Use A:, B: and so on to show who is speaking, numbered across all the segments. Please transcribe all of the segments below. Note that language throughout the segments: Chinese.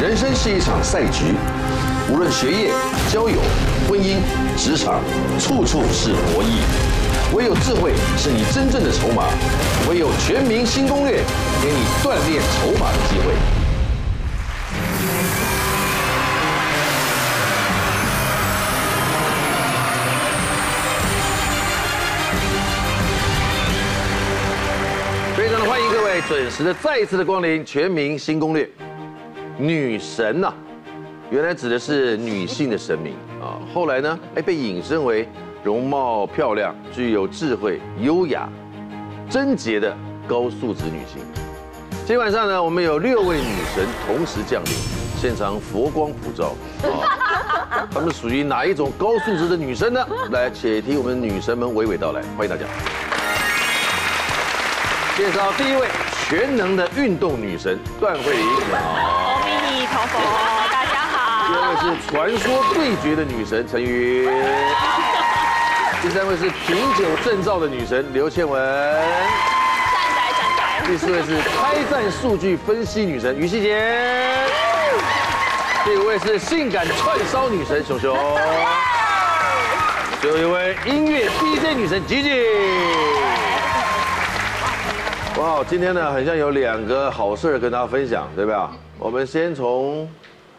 A: 人生是一场赛局，无论学业、交友、婚姻、职场，处处是博弈。唯有智慧是你真正的筹码，唯有全民新攻略，给你锻炼筹码的机会。非常的欢迎各位准时的再一次的光临《全民新攻略》。女神呐、原来指的是女性的神明啊，后来呢，哎，被引申为容貌漂亮、具有智慧、优雅、贞洁的高素质女性。今天晚上呢，我们有六位女神同时降临，现场佛光普照啊！她们属于哪一种高素质的女生呢？来，且听我们女神们娓娓道来，欢迎大家。介绍第一位全能的运动女神段慧玲，
B: 阿弥陀佛，大家
A: 第
B: 好。
A: 二位是传说对决的女神陈云，第三位是品酒证照的女神刘倩文，
B: 站台站台，
A: 第四位是开战数据分析女神于希杰，第五位是性感串烧女神熊熊，最后一位音乐 DJ 女神吉吉。哇，今天呢，很像有两个好事儿跟大家分享，对吧？我们先从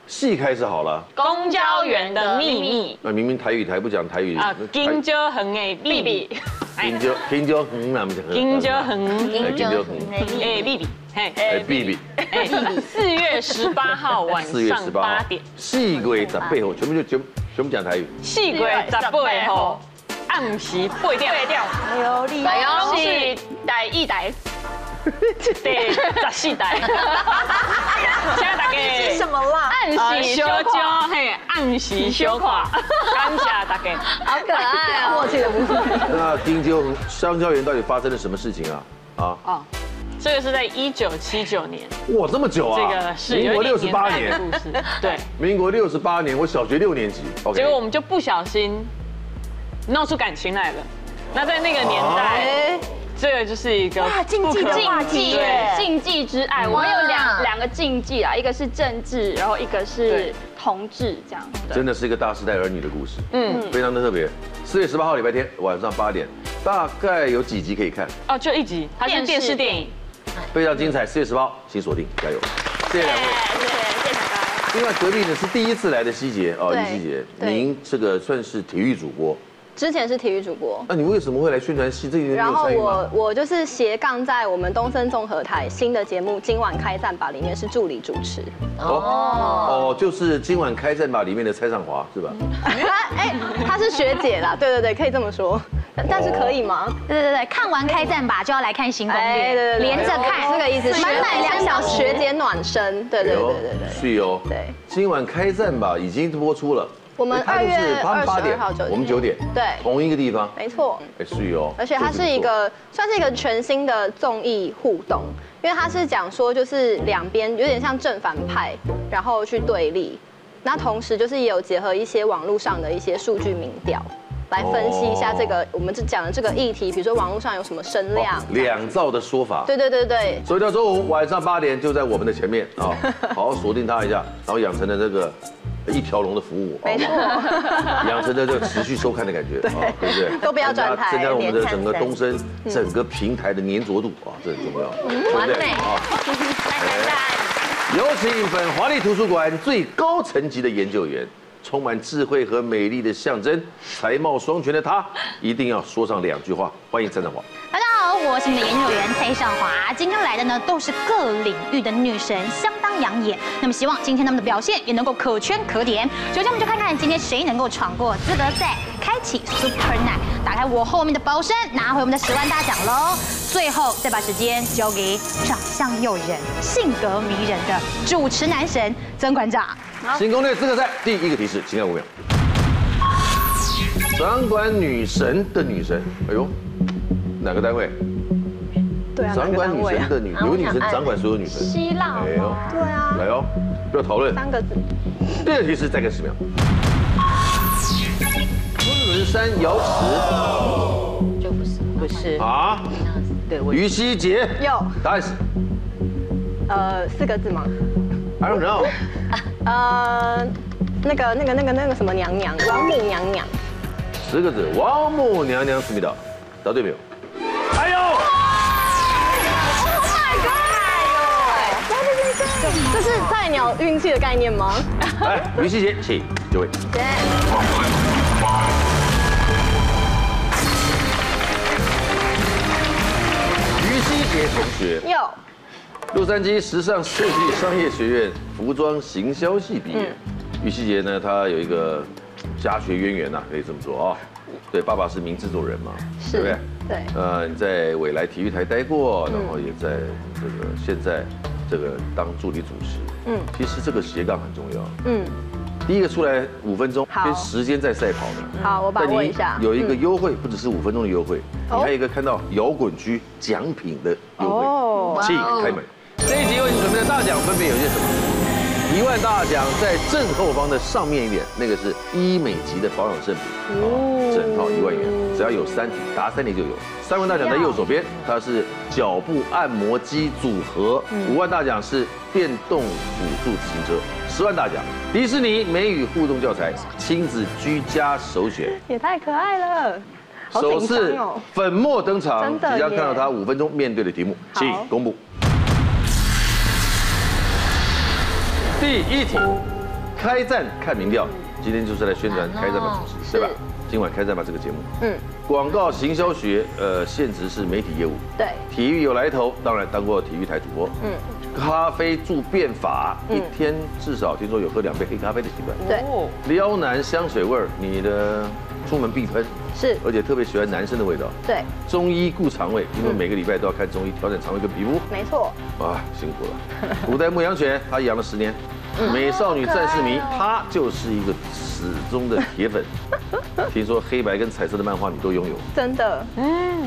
A: 戏开始好了。
B: 公交员的秘密
A: 啊那明明台语台不讲台语
B: 啊
A: 那，
B: 金州恒诶秘密，
A: 台金就金就很难讲。
B: 金州恒
A: 哎金就很
B: 诶秘密，嘿，
A: 哎，B B，
B: 哎，四月十八号晚
A: 四月
B: 上
A: 十八
B: 八
A: 号
B: 点，，
A: 四鬼十背后全部就全全部讲台 语。
B: 四月十八号暗时八点，八点，
C: 哎呦，厉害！
B: 是台一 台，对，十四 台，请大家
C: 哎是什么啦？
B: 暗时小交，嘿，暗时小看，感谢大家。
C: 好可爱哦！默契的部分。
A: 那金就香蕉园到底发生了什么事情啊？啊，
B: 哦，这个是在一九七九年，
A: 哇，这么久
B: 这
A: 啊！
B: 个是
A: 民
B: 有
A: 国
B: 一
A: 六十
B: 点年
A: 八
B: 代的
A: 年，
B: 故 事。对，
A: 民国六十八年，我小学六年级。OK，
B: 结果我们就不小心闹出感情来了。那在那个年代，
C: 哎，
B: 这个就是一个
C: 哇禁忌的
B: 不可
C: 话
D: 禁
C: 题
D: 忌
C: 耶
B: 对
D: 禁忌之爱，我们有两两个禁忌啊，一个是政治，然后一个
B: 对
D: 是同志，这样。
A: 真的是一个大时代儿女的故事，
B: 嗯
A: 非常的特别。四月十八号礼拜天晚上八点，大概有几集可以看？
B: 哦，就一集，它是电
D: 电
B: 视
D: 视
B: 电影。
A: 非常精彩。四月十八号，请锁定，加油！谢谢两位。
D: 对谢谢大家。
A: 另外，隔壁呢是第一次来的希杰哦，
D: 对
A: 于希杰，
D: 对
A: 您这个算是体育主播，
E: 之前是体育主播，
A: 那你为什么会来宣传戏？这个你
E: 然
A: 有
E: 后
A: 参与
E: 我
A: 吗？
E: 我就是斜杠在我们东森综合台新的节目《今晚开战吧》里面是助理主持。
A: 哦哦，就是今晚开战吧里面的蔡尚华是吧？
E: 哎，她是学姐啦，对对对，可以这么说，但但是可以吗？
F: 对对对，看完开战吧就要来看新攻
E: 哎，对对对，
F: 略，连着看
E: 这个意思，
F: 满满两小时。
E: 学姐暖身，对对对对对对。
A: 是哦，
E: 对
A: 今晚开战吧已经播出了，哎
E: 我们
A: 他就是
E: 2月
A: 他们八
E: 22
A: 点
E: 号九点
A: 我们九点，
E: 对
A: 同一个地方，
E: 没错。
A: 哎是哦，
E: 而且它是一个算是一个全新的综艺互动，因为它是讲说就是两边有点像正反派，然后去对立，那同时就是也有结合一些网络上的一些数据民调。来分析一下这个，我们这讲的这个议题，比如说网络上有什么声
A: 这个不错
E: 量
A: 哦，两造的说法，
E: 对对对对，
A: 所以到周五晚上八点就在我们的前面啊，好好锁定它一下，然后养成了这个哎一条龙的服务，
E: 没错，
A: 养成了这个持续收看的感觉，啊，对不对？
E: 都不要转
A: 增加
E: 台
A: 增加我们的整个东升
E: 嗯
A: 整个平台的粘着度啊，这很重要，对不
F: 完
A: 对？
F: 美
A: 啊，有请本华丽图书馆最高层级的研究员，充满智慧和美丽的象征，才貌双全的他，一定要说上两句话。欢迎陈振华。
F: 大家好，我是你的研究员蔡尚华，今天来的呢都是各领域的女神，相当养眼。那么希望今天他们的表现也能够可圈可点。首先我们就看看今天谁能够闯过资格赛，开启 Super Night，打开我后面的包身，拿回我们的十万大奖喽。最后再把时间交给长相诱人、性格迷人的主持男神曾馆长。
A: 新攻略资格赛第一个提示，请看五秒。掌管女神的女神，哎呦，哪个单位？
E: 对啊，哪
A: 掌
E: 个
A: 管
E: 单
A: 女
E: 位啊
A: 神？的女，有个女神掌管所有女神。
D: 希腊
A: 哎呦，
E: 对啊，
A: 来哦，不要讨论。
E: 三个字，
A: 第二个提示再给十秒。昆仑山瑶池
C: 不是，
A: 哦啊，
C: 对我
A: 于希杰，
E: 有
A: 答案是
E: 呃四个字吗？
A: I don't know，
E: 呃，那个那个那个那个什么娘娘，王母娘娘，
A: 十个字，王母娘娘思密达，答对没有？还有，
E: 这是菜鸟运气的概念吗？
A: 来，哎于希杰，请这位。于希杰同学，
E: 有，
A: 洛杉矶时尚设计商业学院服装行销系毕业。
E: 嗯
A: 于希杰呢，他有一个家学渊源呐、可以这么说啊。对，爸爸是名制作人嘛，对不对？
E: 对，
A: 呃，你在未来体育台待过，然
E: 嗯
A: 后也在这个现在这个当助理主持。嗯
E: 嗯，
A: 其实这个斜杠很重要。
E: 嗯，
A: 第一个出来五分钟，
E: 好嗯
A: 跟时间在赛跑的。
E: 好，我把
A: 但
E: 握
A: 你
E: 一下。嗯
A: 有一个优惠，不只是五分钟的优惠，你
E: 哦
A: 还有一个看到摇滚区奖品的优惠。
E: 哦，
A: 请开门。这一集为你准备的大奖分别有些什么？一万大奖在正后方的上面一点，那个是医美级的保养圣品，哦，整套一万元，只要有三题，答三题就有。三万大奖在右手边，
E: 啊
A: 它是脚部按摩机组合；
E: 嗯
A: 五万大奖是电动辅助自行车；十万大奖迪士尼美语互动教材亲子居家首选。
E: 也太可爱了，好
A: 首
E: 紧
A: 次
E: 张哦。
A: 粉墨登场，
E: 真
A: 即
E: 的
A: 将
E: 耶
A: 看到他五分钟面对的题目，
E: 好
A: 请公布。第一题，开战看民调，今天就是来宣传开战吧主持，对吧？今晚开战吧这个节目，嗯
E: 哦嗯，
A: 广告行销学，呃，现职是媒体业务，
E: 对
A: 体育有来头，当然当过体育台主播，嗯，咖啡助变法，
E: 嗯
A: 一天至少听说有喝两杯黑咖啡的习惯，
E: 对，
B: 哦
A: 撩男香水味儿，你的出门必喷，
E: 是，
A: 而且特别喜欢男生的味道。
E: 对，嗯
A: 中医顾肠胃，因为每个礼拜都要看中医调整肠胃跟皮肤，
E: 没错，
A: 啊，辛苦了。 古代牧羊犬，它养了十年。
E: 嗯
A: 美少女战士迷，
E: 哦
A: 他就是一个始终的铁 粉。听说黑白跟彩色的漫画你都拥有，
E: 真的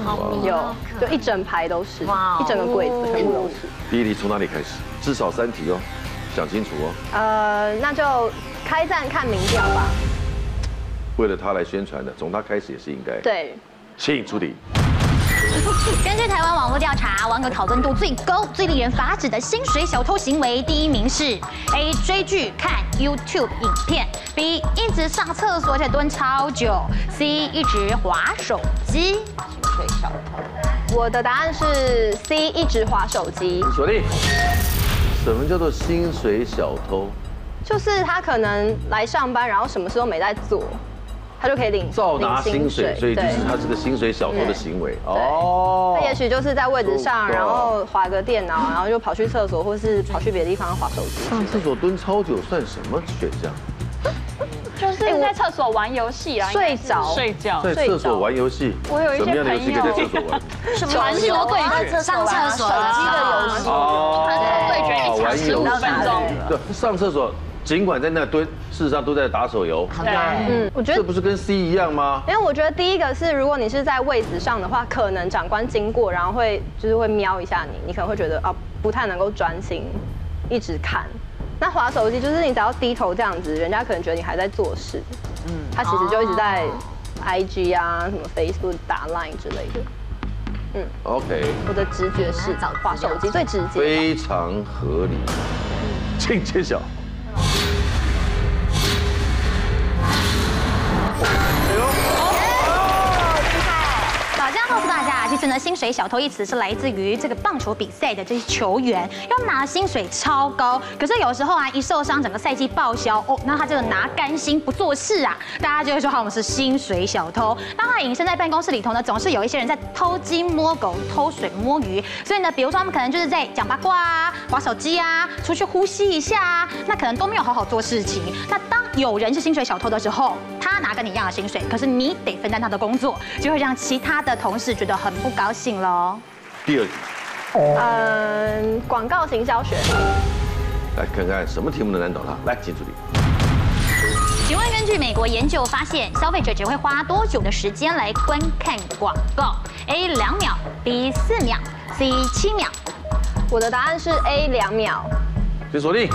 F: 好
E: 有，就一整排都是，
F: 哇哦
E: 一整个柜子全部都是。
A: 第一题从哪里开始？至少三题哦，想清楚哦。
E: 呃，那就开战看民调吧。
A: 为了他来宣传的，从他开始也是应该。，
E: 对，
A: 请出题。
F: 根据台湾网络调查，网友讨论度最高、最令人发指的薪水小偷行为，第一名是 A 追剧看 YouTube 影片，B 一直上厕所而且蹲超久，C 一直滑手机。
E: 我的答案是 C，一直划手机，
A: 锁定。什么叫做薪水小偷？
E: 就是他可能来上班，然后什么事都没在做，他就可以领
A: 照拿
E: 领
A: 薪水，所以就
E: 对
A: 是他是个薪水小偷的行为哦
E: 哦。他也许就是在位置上，
A: 懂
E: 然后划个电脑，然后就跑去厕所，或是跑去别的地方划手机。
A: 上厕所蹲超久算什么选项？
D: 就是在厕所玩游戏啊，
E: 睡着，
B: 睡觉
A: 哦在厕所玩游戏，
D: 我有一些
A: 什么样的游戏可以在厕所玩？
F: 什么游戏都对决，上厕所啊
E: 手机的游戏
A: 哦
D: 对决一场
A: 玩游
D: 15
A: 戏
D: 分钟
A: 对，上厕所尽管在那蹲，事实上都在打手游。
B: 对，
E: 嗯，我觉
A: 这
E: 得
A: 不是跟 C 一样吗？
E: 因为我觉得第一个是，如果你是在位置上的话，可能长官经过，然后会就是会瞄一下你，你可能会觉得啊不太能够专心，一直看。那划手机就是你只要低头这样子，人家可能觉得你还在做事，哦嗯，他其实就一直在 IG 啊什么 Facebook 打 Line 之类的。
A: OK，
E: 我的直觉是划手机最直接。
A: 非常合理，请揭晓。
F: 老家告诉大家，其实呢，薪水小偷一词是来自于这个棒球比赛的这些球员，因为他们拿的薪水超高，可是有时候啊，一受伤整个赛季报销哦，那他就拿干薪不做事啊，大家就会说他们是薪水小偷。那他隐身在办公室里头呢，总是有一些人在偷鸡摸狗、偷水摸鱼，所以呢，比如说他们可能就是在讲八卦啊、划手机啊、出去呼吸一下啊，那可能都没有好好做事情。那当有人是薪水小偷的时候，他拿跟你一样的薪水，可是你得分担他的工作，就会让其他的同事觉得很不高兴喽。
A: 第二题，
E: 嗯，广告行销学，
A: 来看看什么题目能难倒他。来，请助理。
F: 请问，根据美国研究发现，消费者只会花多久的时间来观看广告？A 两秒，B 四秒，C 七秒。
E: 我的答案是 A 两秒，
A: 请锁定。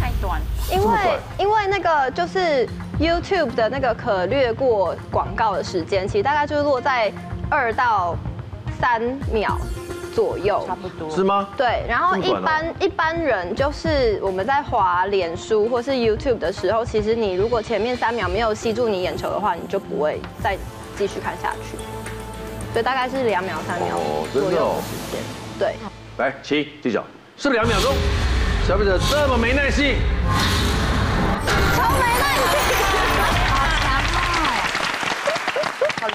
B: 太短，
E: 因
A: 么
E: 为
A: 快
E: 因为那个就是 YouTube 的那个可略过广告的时间，其实大概就是落在二到三秒左右，
C: 差不多。
A: 是吗？
E: 对，然后
A: 这么
E: 一
A: 短哦
E: 般一般人就是我们在滑脸书或是 YouTube 的时候，其实你如果前面三秒没有吸住你眼球的话，你就不会再继续看下去。所以大概是两秒、三秒
A: 哦真
E: 左
A: 的
E: 右
A: 哦
E: 的时间。对，
A: 来，起计较，是不是两秒钟？消费者这么没耐心，
F: 哦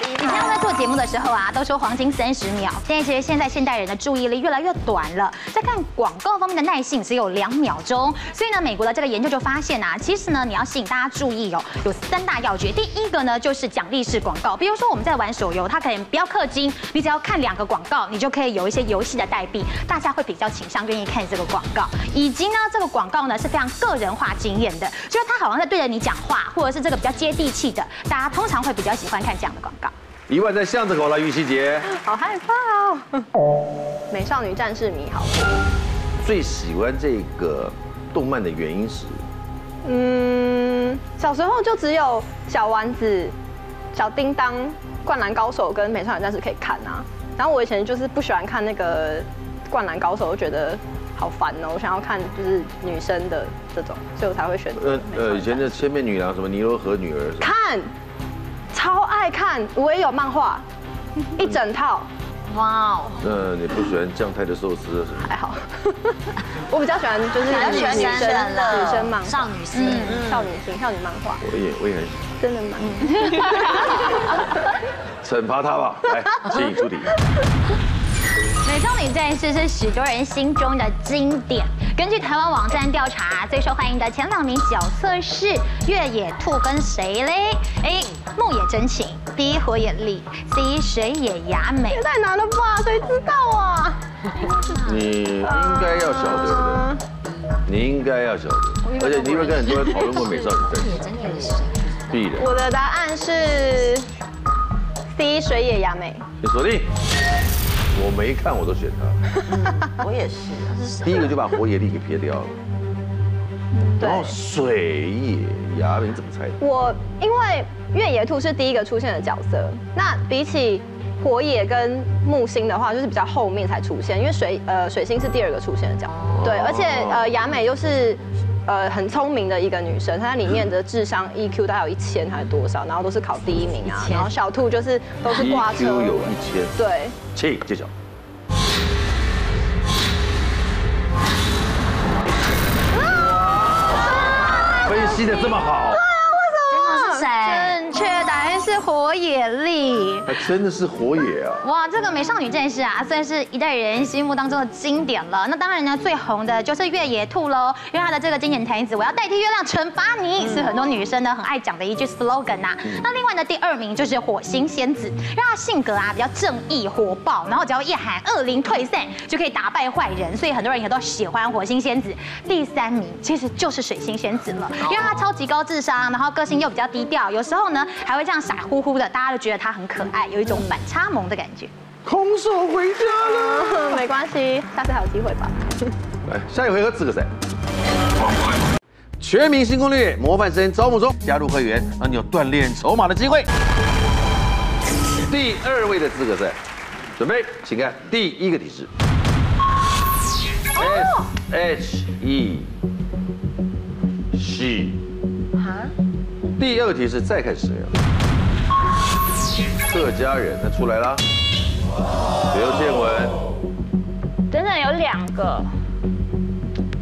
F: 以前我在做节目的时候啊，都说黄金三十秒，但其实现在现代人的注意力越来越短了，在看广告方面的耐性只有两秒钟。所以呢，美国的这个研究就发现啊，其实呢，你要吸引大家注意哦，有三大要诀。第一个呢，就是奖励式广告，比如说我们在玩手游，它可能不要氪金，你只要看两个广告，你就可以有一些游戏的代币，大家会比较倾向愿意看这个广告，以及呢，这个广告呢是非常个人化经验的，就是它好像在对着你讲话，或者是这个比较接地气的，大家通常会比较喜欢看这样的广告。
A: 一万在巷子口了，于希杰
E: 好害怕哦。美少女战士迷好了。
A: 最喜欢这个动漫的原因是，
E: 嗯，小时候就只有小丸子、小叮当、灌篮高手跟美少女战士可以看啊。然后我以前就是不喜欢看那个灌篮高手，我觉得好烦哦、我想要看就是女生的这种，所以我才会选择
A: 呃
E: 美少
A: 呃，
E: 女
A: 以
E: 战
A: 前
E: 士。
A: 的千面女郎什么尼罗河女儿什么，
E: 看，超爱看，我也有漫 画，一整套，
F: 哇哦！
A: 呃，你不喜欢酱太的寿司什么？
E: 还 好。我比较喜欢就是
C: 比较
E: 女
C: 喜欢
E: 女
C: 女
E: 生
C: 生了
E: 女生漫画
C: 少女心，
F: 嗯
E: 少女心少女漫画，
A: 我也我也很喜
E: 真的吗？
A: 欢，惩罚他吧，来，请出题。
F: 美少女战士是许多人心中的经典。根据台湾网站调查，最受欢迎的前两名角色是越野兔跟谁嘞？A. 牧野真琴，B. 火野丽，C. 水野雅美
E: 也。太难了吧？谁知道啊？嗯
A: 你应该要晓得的，你应该要晓得，而且你会跟很多人讨论过美少女战士，
C: 真的是
A: 必然。
E: 我的答案是 C 水野雅美。
A: 你锁定，我没看我都选他，
C: 我也是，
A: 第一个就把火野丽给撇掉了，
E: 对
A: 然，后水野雅美你怎么猜的？
E: 我因为越野兔是第一个出现的角色，那比起火野跟木星的话，就是比较后面才出现，因为水呃水星是第二个出现的角色。
A: 哦
E: 对，而且呃雅美又是。呃，很聪明的一个女生，她在里面的智商 EQ 大概有一千还是多少，然后都是考第一名啊。然后小兔就是都是挂
A: EQ
E: 车
A: E 有
E: 尾
A: 一千，
E: 对，
A: 请揭晓。分析的这么好，
F: 真的是谁？正确答案是火野丽。
A: 还真的是火野啊！
F: 哇，这个美少女战士啊，算是一代人心目当中的经典了。那当然呢，最红的就是越野兔喽，因为它的这个经典台词“我要代替月亮惩罚你”，是很多女生呢很爱讲的一句 slogan 呐、那另外呢，第二名就是火星仙子，因为她性格啊比较正义火爆，然后只要一喊恶灵退散就可以打败坏人，所以很多人也都喜欢火星仙子。第三名其实就是水星仙子了，因为她超级高智商，然后个性又比较低调，有时候呢还会这样傻乎乎的，大家就觉得她很可爱，有一种反差萌的感觉。
A: 空手回家了。
E: 没关系，下次还有机会吧。
A: 来，下一回合资格赛。全民新攻略模范生招募中，加入会员让你有锻炼筹码的机会。第二位的资格赛，准备，请看第一个提示。S H E she。第二个提示再看谁啊？客家人，那出来啦。刘建文，
D: 整整有两个，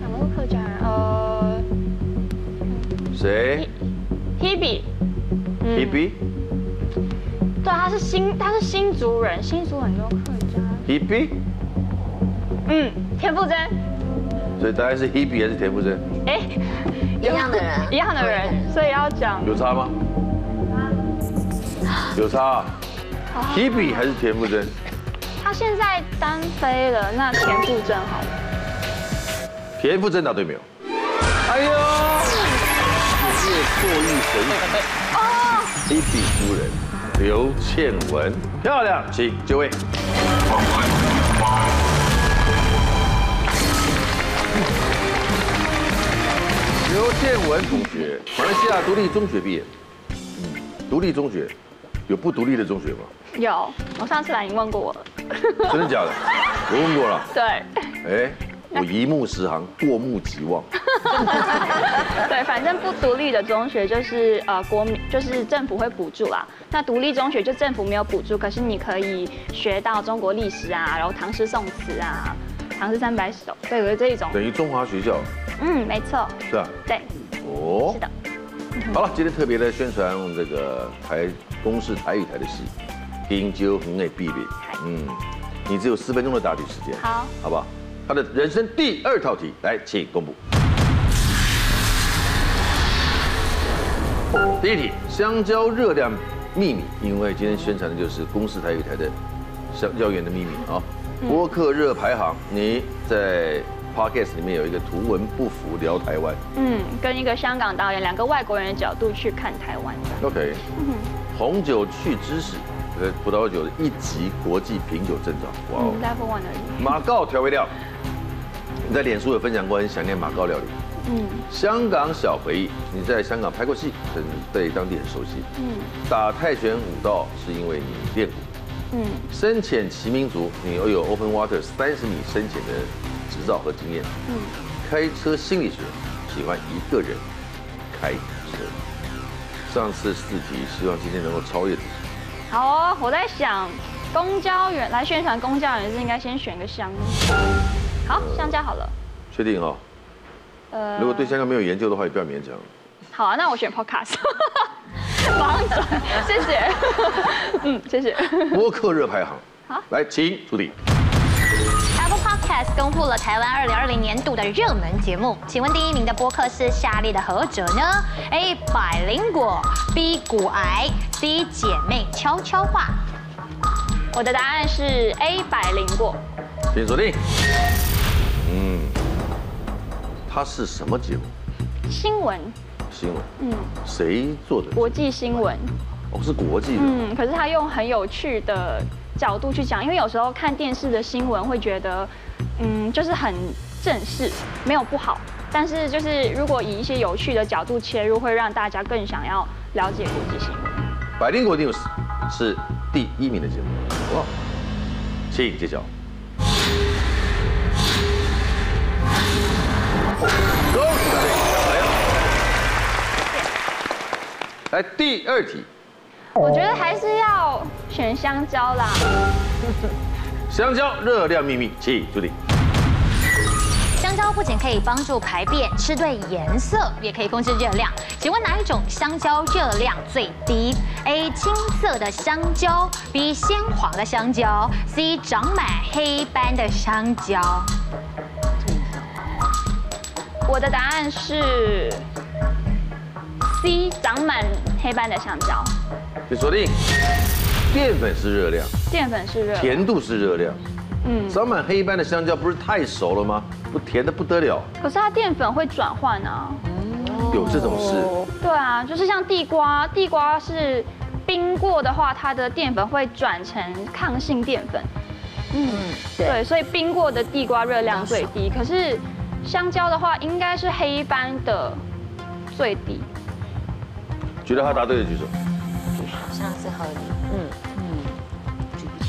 D: 两个客家人，呃
A: 谁
D: ，Hebe，
A: ？Hebe。
D: 对，他是新，他是新族人，新族很多客家人，
A: Hebe，
D: 嗯，田馥甄，
A: 所以答案是 Hebe 还是田馥甄？
D: 哎，
C: 一样的人，
D: 一样的人，所以要讲
A: 有差吗？有差、啊。Hebe 还是田馥甄？
D: 他现在单飞了，那田馥甄好了，
A: 田馥甄答对没有？哎呦，世界过誉神奇。Hebe 夫人，刘倩文，漂亮，请就位。刘建文同学，马来西亚独立中学毕业。嗯，独立中学，有不独立的中学吗？
D: 有，我上次来你问过我了，
A: 真的假的？我问过了，
B: 对
A: 哎，我一目十行，过目即忘。
B: 对，反正不独立的中学就是呃国民，就是政府会补助啦。那独立中学就政府没有补助，可是你可以学到中国历史啊，然后唐诗宋词啊，唐诗三百首，对，有这一种。
A: 等于中华学校
B: 嗯，没错，
A: 是吧？
B: 对，
A: 哦
B: 是的。
A: 好了，今天特别的宣传我们这个台公视台语台的戏《冰酒红内必比》。嗯，你只有四分钟的答题时间，
B: 好，
A: 好不好？他的人生第二套题，来，请公布。第一题，香蕉热量秘密，因为今天宣传的就是公视台语台的香蕉园的秘密啊。播客热排行，你在 podcast 里面有一个图文不符聊台湾。
B: 嗯，跟一个香港导演，两个外国人的角度去看台湾的。
A: OK，红酒去知识，呃，葡萄酒的一级国际品酒证照，哇哦
B: 嗯！，Level One 而已。
A: 马告调味料，你在脸书有分享过很想念马告料理。
B: 嗯
A: 香港小回忆，你在香港拍过戏，很对当地很熟悉。
B: 嗯
A: 打泰拳武道是因为你练过。
B: 嗯，
A: 深潜齐民族，你又有 Open Water 三十米深潜的执照和经验。嗯，开车心理学，喜欢一个人开车。上次四题，希望今天能够超越自己。
B: 好哦，我在想，公交员来宣传公交员是应该先选个香，好，香蕉好了。
A: 确定哦？
B: 呃
A: 如果对香港没有研究的话，也不要勉强。
B: 好啊，那我选 Podcast。马上转，谢谢。 嗯，谢谢。
A: 播客热排行，来，请助理。
F: Apple Podcast 公布了台湾二零二零年度的热门节目，请问第一名的播客是下列的何者呢？A. 百灵果，B. 骨癌，C. 姐妹悄悄话。
B: 我的答案是 A 百灵果，
A: 请锁定。嗯，它是什么节目？
B: 新闻，
A: 新闻？嗯，谁做的？
B: 国际新闻。
A: 哦，是国际的。
B: 嗯，可是他用很有趣的角度去讲，因为有时候看电视的新闻会觉得，嗯，就是很正式，没有不好，但是就是如果以一些有趣的角度切入，会让大家更想要了解国际新闻。
A: 百灵果 news 是第一名的节目。哇，请揭晓。恭喜大家来了来第二题，
B: 我觉得还是要选香蕉啦。
A: 香蕉热量秘密，请助理。
F: 香蕉不仅可以帮助排便，吃对颜色也可以控制热量。请问哪一种香蕉热量最低？A. 青色的香蕉，B. 鲜黄的香蕉，C. 长满黑斑的香蕉。
B: 我的答案是 C，长满黑斑的香蕉，
A: 请锁定。淀粉是热量，
B: 淀粉是热。
A: 甜度是热量。嗯，长满黑斑的香蕉不是太熟了吗？不甜的不得了，
B: 可是它淀粉会转换啊。
A: 有这种事？
B: 对啊，就是像地瓜，地瓜是冰过的话，它的淀粉会转成抗性淀粉。嗯，对，所以冰过的地瓜热量最低。可是香蕉的话，应该是黑斑的最低。
A: 觉得他答对的举手。
C: 上次和你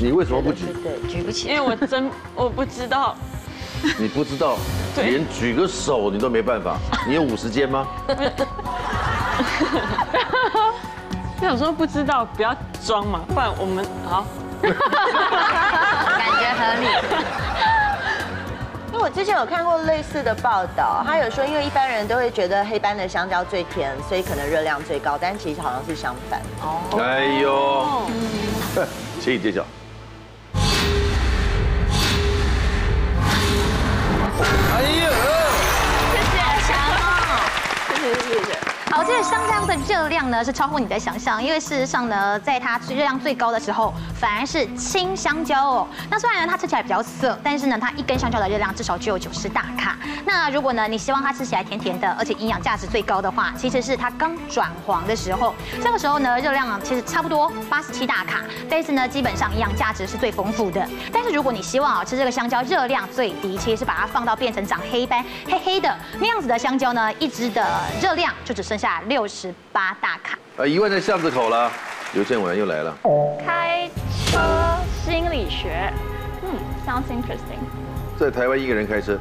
A: 你为什么不举？
C: 对举不起
G: 因为我真我不知道，
A: 你不知道，
G: 对
A: 连举个手你都没办 法。你有五十肩吗？
G: 那有时候不知道不要装嘛，不然我们好。
C: 感觉合理。因为我之前有看过类似的报道，他有说，因为一般人都会觉得黑斑的香蕉最甜，所以可能热量最高，但其实好像是相反。
A: 哎呦，嗯 请你揭晓。哎呀，
F: 好，这个香蕉的热量呢是超乎你的想象，因为事实上呢，在它热量最高的时候，反而是青香蕉哦。那虽然呢它吃起来比较涩，但是呢它一根香蕉的热量至少只有九十大卡。那如果呢你希望它吃起来甜甜的，而且营养价值最高的话，其实是它刚转黄的时候，这个时候呢热量啊其实差不多八十七大卡，但是呢基本上营养价值是最丰富的。但是如果你希望啊吃这个香蕉热量最低，其实是把它放到变成长黑斑黑黑的那样子的香蕉呢，一只的热量就只剩下六十八大卡。
A: 呃，一万在巷子口了，刘建文又来了。
B: 开车心理学，嗯 Sounds interesting.
A: 在台湾一个人开车，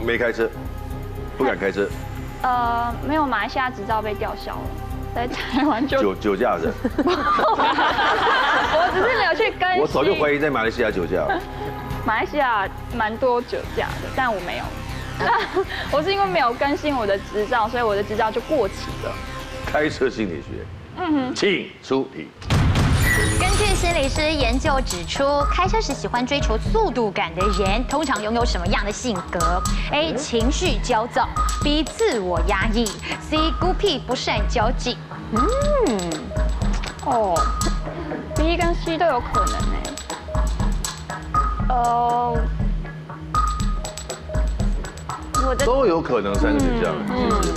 A: 没开车，不敢开车，
B: 呃，没有马来西亚执照被吊销了，在台湾就
A: 酒酒驾的，
B: 我只是没有去更新。
A: 我早就怀疑在马来西亚酒驾了。
B: 马来西亚蛮多酒驾的，但我没有。 我是因为没有更新我的执照，所以我的执照就过期了。
A: 开车心理学，请出题。
F: 根据心理师研究指出，开车时喜欢追求速度感的人，通常拥有什么样的性格？A. 情绪焦躁；B. 自我压抑；C. 孤僻不善交际。
B: 哦，B 跟 C 都有可能哎。呃，我的
A: 都有可能三个选项，其实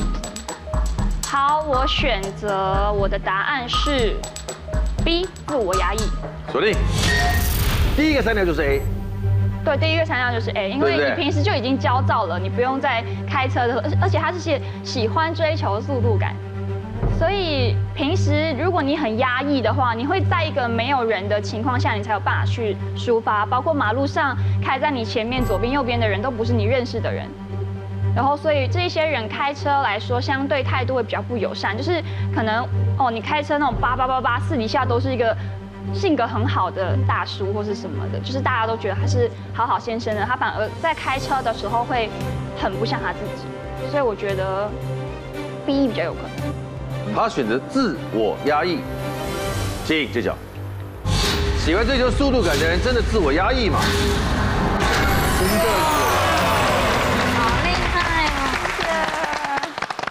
B: 好，我选择我的答案是 B，自我压抑。
A: 锁定。第一个三条就是 A，
B: 对，第一个参加就是哎 A，因
A: 对
B: 为
A: 不
B: 你
A: 对
B: 平时就已经焦躁了，你不用再开车的时候，而且而且他是喜喜欢追求速度感，所以平时如果你很压抑的话，你会在一个没有人的情况下，你才有办法去抒发，包括马路上开在你前面、左边、右边的人都不是你认识的人。然后，所以这些人开车来说，相对态度会比较不友善，就是可能哦，你开车那种叭叭叭叭，私底下都是一个性格很好的大叔或是什么的，就是大家都觉得他是好好先生的，他反而在开车的时候会很不像他自己，所以我觉得 B 比较有可能。
A: 他选择自我压抑，请揭晓。喜欢追求速度感的人，真的自我压抑吗？
F: 好厉害哦！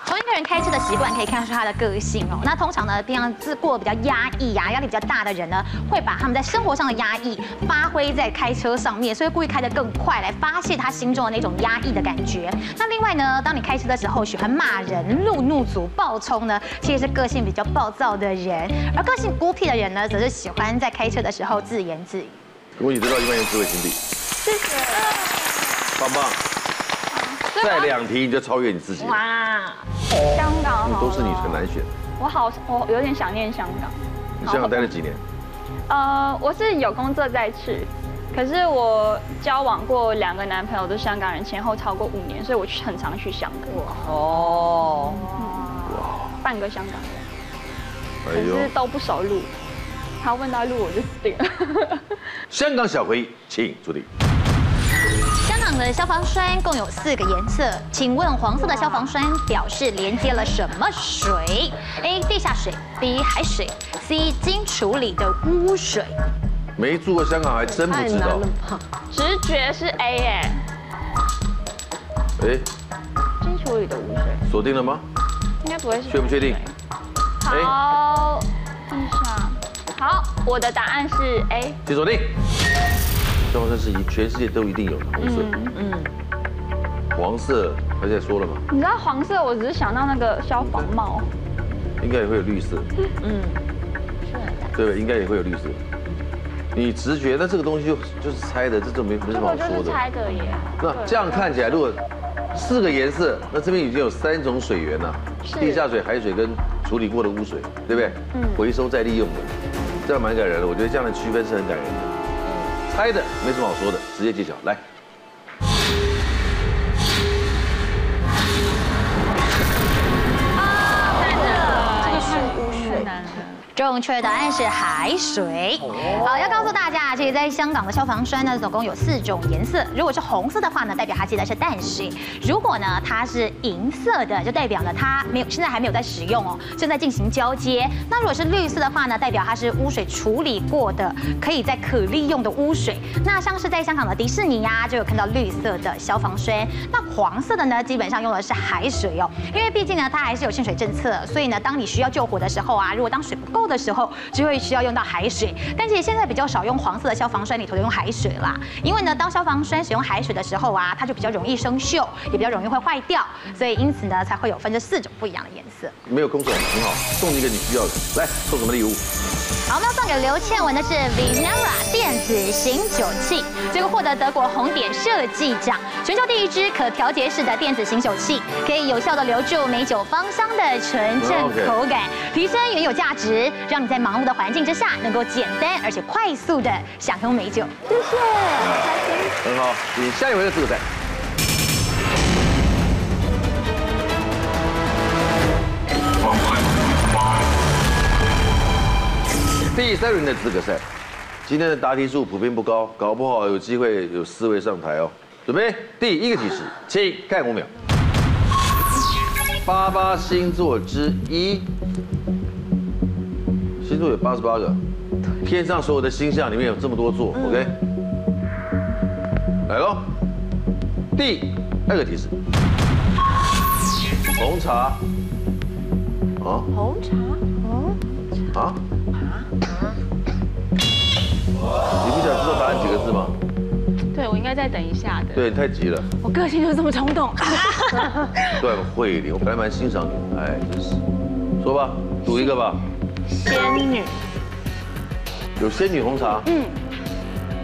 F: 从一个人开车的习惯可以看出他的个性哦。那通常呢，平常自过得比较压抑啊，压力比较大的人呢，会把他们在生活上的压抑发挥在开车上面，所以故意开得更快来发泄他心中的那种压抑的感觉。那另外呢，当你开车的时候喜欢骂人、路怒族、暴冲呢，其实是个性比较暴躁的人；而个性孤僻的人呢，则是喜欢在开车的时候自言自语。
A: 恭喜得到一万元智慧金币，谢谢，棒棒。再两题你就超越你自己了，嗯
F: 哇！
B: 香港好了
A: 都哦是你很难选。
B: 我好，我有点想念香港。
A: 你香港待了几年？
B: 呃，我是有工作再去，可是我交往过两个男朋友都是香港人，前后超过五年，所以我去很常去香港，嗯
C: 哦，
B: 半个香港人，
A: 哎
B: 可是都不熟路。他问到路我就死定了。
A: 香港小回忆，请出题。
F: 香港的消防栓共有四个颜色，请问黄色的消防栓表示连接了什么水？A. 地下水，B. 海水，C. 经处理的污水。
A: 没住过香港，还真不知道。
B: 直觉是 A 哎、
A: 哎，
B: 金球里的污水
A: 锁定了吗？
B: 应该不会是。
A: 确不确哎定？
B: 好，地上。好，我的答案是 A。
A: 请锁定。消防栓是一，全世界都一定有的红色，嗯，黄色，而且说了嘛，
B: 你知道黄色，我只是想到那个消防帽。
A: 应该也会有绿色，嗯，
B: 嗯
A: 对吧？应该也会有绿色。你直觉，那这个东西就就是猜的，这就没没什么好
B: 我就
A: 说
B: 是
A: 的。
B: 猜的耶。
A: 那这样看起来，如果四个颜色，那这边已经有三种水源了，地下水、海水跟处理过的污水，对不对？嗯，回收再利用的，这样蛮感人的。我觉得这样的区分是很感人的。猜的没什么好说的，直接揭晓。来，
F: 正确答案是海水。好，要告诉大家，其实在香港的消防栓呢，总共有四种颜色。如果是红色的话呢，代表它接的是淡水；如果呢它是银色的，就代表呢它没有，现在还没有在使用哦，正在进行交接。那如果是绿色的话呢，代表它是污水处理过的，可以在可利用的污水。那像是在香港的迪士尼呀、就有看到绿色的消防栓。那黄色的呢，基本上用的是海水哦，因为毕竟呢它还是有限水政策，所以呢当你需要救火的时候啊，如果当水不够的时候，就会需要用到海水。但其实现在比较少用黄色的消防栓里头用海水啦，因为呢当消防栓使用海水的时候啊，它就比较容易生锈，也比较容易会坏掉，所以因此呢才会有分这四种不一样的颜色。
A: 没有空手，很好，送你一个你需要的。来，送什么礼物？
F: 好，我们要送给刘倩文的是 Vinara 电子醒酒器，这个获得德国红点设计奖，全球第一支可调节式的电子醒酒器，可以有效的留住美酒芳香的纯正
A: OK
F: 口感，提升原有价值，让你在忙碌的环境之下能够简单而且快速的享用美酒。
A: 很好，你下一回的资格赛。第三轮的资格赛，今天的答题数普遍不高，搞不好有机会有四位上台哦。准备第一个提示，请看五秒。八八星座之一，星座有八十八个，天上所有的星象里面有这么多座、o k 来喽，第二个提示，红茶，啊，
H: 红茶，
A: 啊？你不想知道答案几个字吗？
B: 对我应该再等一下的。
A: 对，你太急了。
B: 我个性就是这么冲 动。
A: 段慧玲，我本来蛮欣赏你，哎，真是。说吧，赌一个吧。
B: 仙女，
A: 有仙女红茶，
B: 嗯，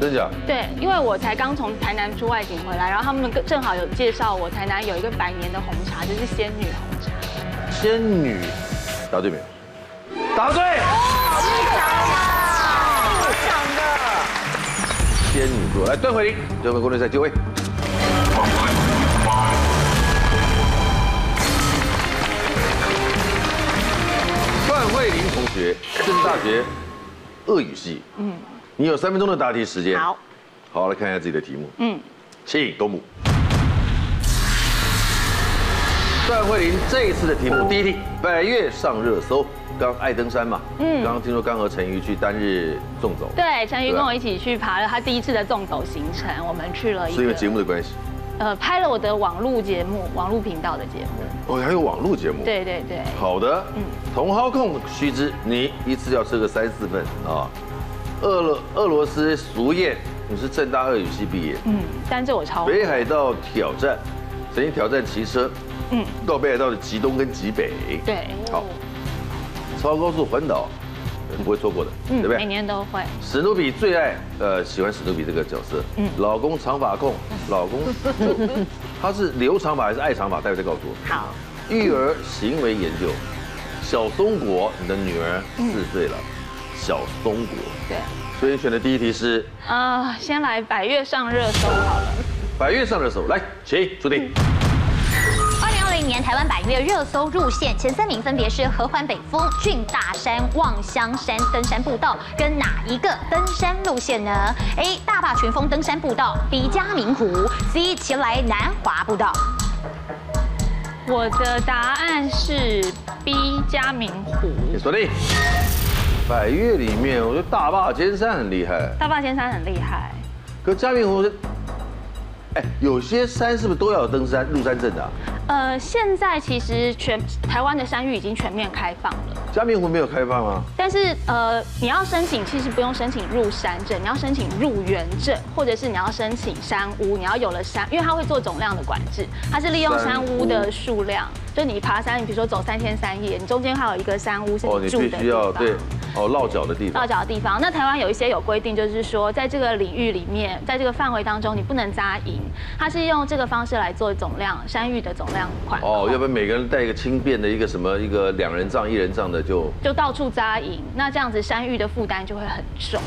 A: 真假？
B: 对，因为我才刚从台南出外景回来，然后他们正好有介绍我台南有一个百年的红茶，就是仙女红茶。
A: 仙女，答对没有？答对。仙女座，来段慧玲，最后攻略赛就位。段慧玲同学，政治大学俄语系，嗯，你有三分钟的答题时间。
B: 好，
A: 好，来看一下自己的题目，
B: 嗯，
A: 请公布。段慧玲这一次的题
B: 嗯
A: 目，第一题，百越上热搜，刚爱登山嘛，嗯，刚刚听说刚和陈瑜去单日纵走，
B: 对，陈宇跟我一起去爬了他第一次的纵走行程，我们去了一
A: 是因为
B: 个
A: 节目的关系，
B: 呃拍了我的网路节目，网路频道的节目。
A: 哦，还有网络节目，，
B: 对对对，
A: 好的，嗯，茼蒿控须知，你一次要吃个三四份啊。俄罗俄罗斯俗谚，你是正大俄语系毕业，
B: 嗯，但是我超
A: 北海道挑战，曾经挑战骑车，
B: 嗯
A: 嗯，到北海道的极东跟极北，
B: 对，
A: 好，超高速环岛，你不会错过的，对
B: 嗯
A: 不，
B: 每
A: 对？
B: 年都会。
A: 史努比最爱，呃，喜欢史努比这个角色，嗯，老公长发控，
B: 嗯
A: 老公， 他是留长发还是爱长发？待会再告诉我。
B: 好，
A: 育儿行为研究，小松果，你的女儿四岁了，小松果，
B: 嗯对，
A: 所以你选的第一题是
B: 啊、先来百越上热搜好了。
A: 百越上的手，来，请注定。
B: 嗯
F: 二零二零年台湾百越热搜入线前三名分别是合欢北峰、郡大山、望乡山登山步道跟哪一个登山路线呢？A. 大坝群峰登山步道，B. 嘉明湖，C. 奇来南华步道。
B: 我的答案是 B 加明湖。
A: 你锁定。百越里面，我觉得大坝尖山很厉害，
B: 大坝尖山很厉害，
A: 可嘉明湖是，哎，有些山是不是都要有登山入山证的、啊？
B: 呃，现在其实全台湾的山域已经全面开放了，
A: 嘉明湖没有开放啊？
B: 但是呃，你要申请其实不用申请入山证，你要申请入园证，或者是你要申请山屋，你要有了山，因为它会做总量的管制，它是利用
A: 山
B: 山
A: 屋
B: 屋的数量，就你爬山，你比如说走三天三夜，你中间还有一个山屋是
A: 哦，
B: 你
A: 你
B: 住的
A: 必
B: 地
A: 须要
B: 方。
A: 对，哦，落脚的地
B: 落
A: 方。
B: 脚的地方。那台湾有一些有规定，就是说在这个领域里面，在这个范围当中，你不能扎营。它是用这个方式来做总量山域的总量款
A: 哦，要不然每个人带一个轻便的一个什么一个两人帐、一人帐的就
B: 就到处扎营，那这样子山域的负担就会很重。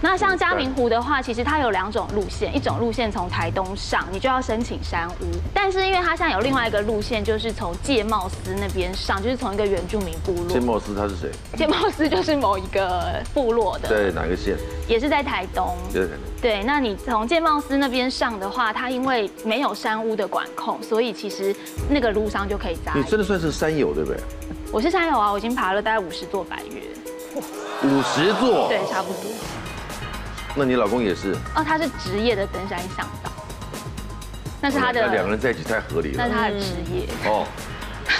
B: 那像嘉明湖的话，其实它有两种路线，一种路线从台东上，你就要申请山屋；但是因为它现在有另外一个路线，就是从界贸司那边上，就是从一个原住民部
A: 谢
B: 落，
A: 茂斯他是谁？
B: 界贸司就是某一个部落的，
A: 在哪个县？
B: 也是在台东。
A: 就是
B: 对，那你从建贸司那边上的话，它因为没有山屋的管控，所以其实那个路上就可以扎
A: 你
B: 营。
A: 真的算是山友对不对？
B: 我是山友啊，我已经爬了大概五十座百越，
A: 五十座，
B: 对，差不多。
A: 那你老公也是？
B: 哦，他是职业的登山向导，那是他
A: 那两个
B: 的，
A: 人在一起太合理
B: 那是
A: 了。
B: 他的职业。
A: 哦，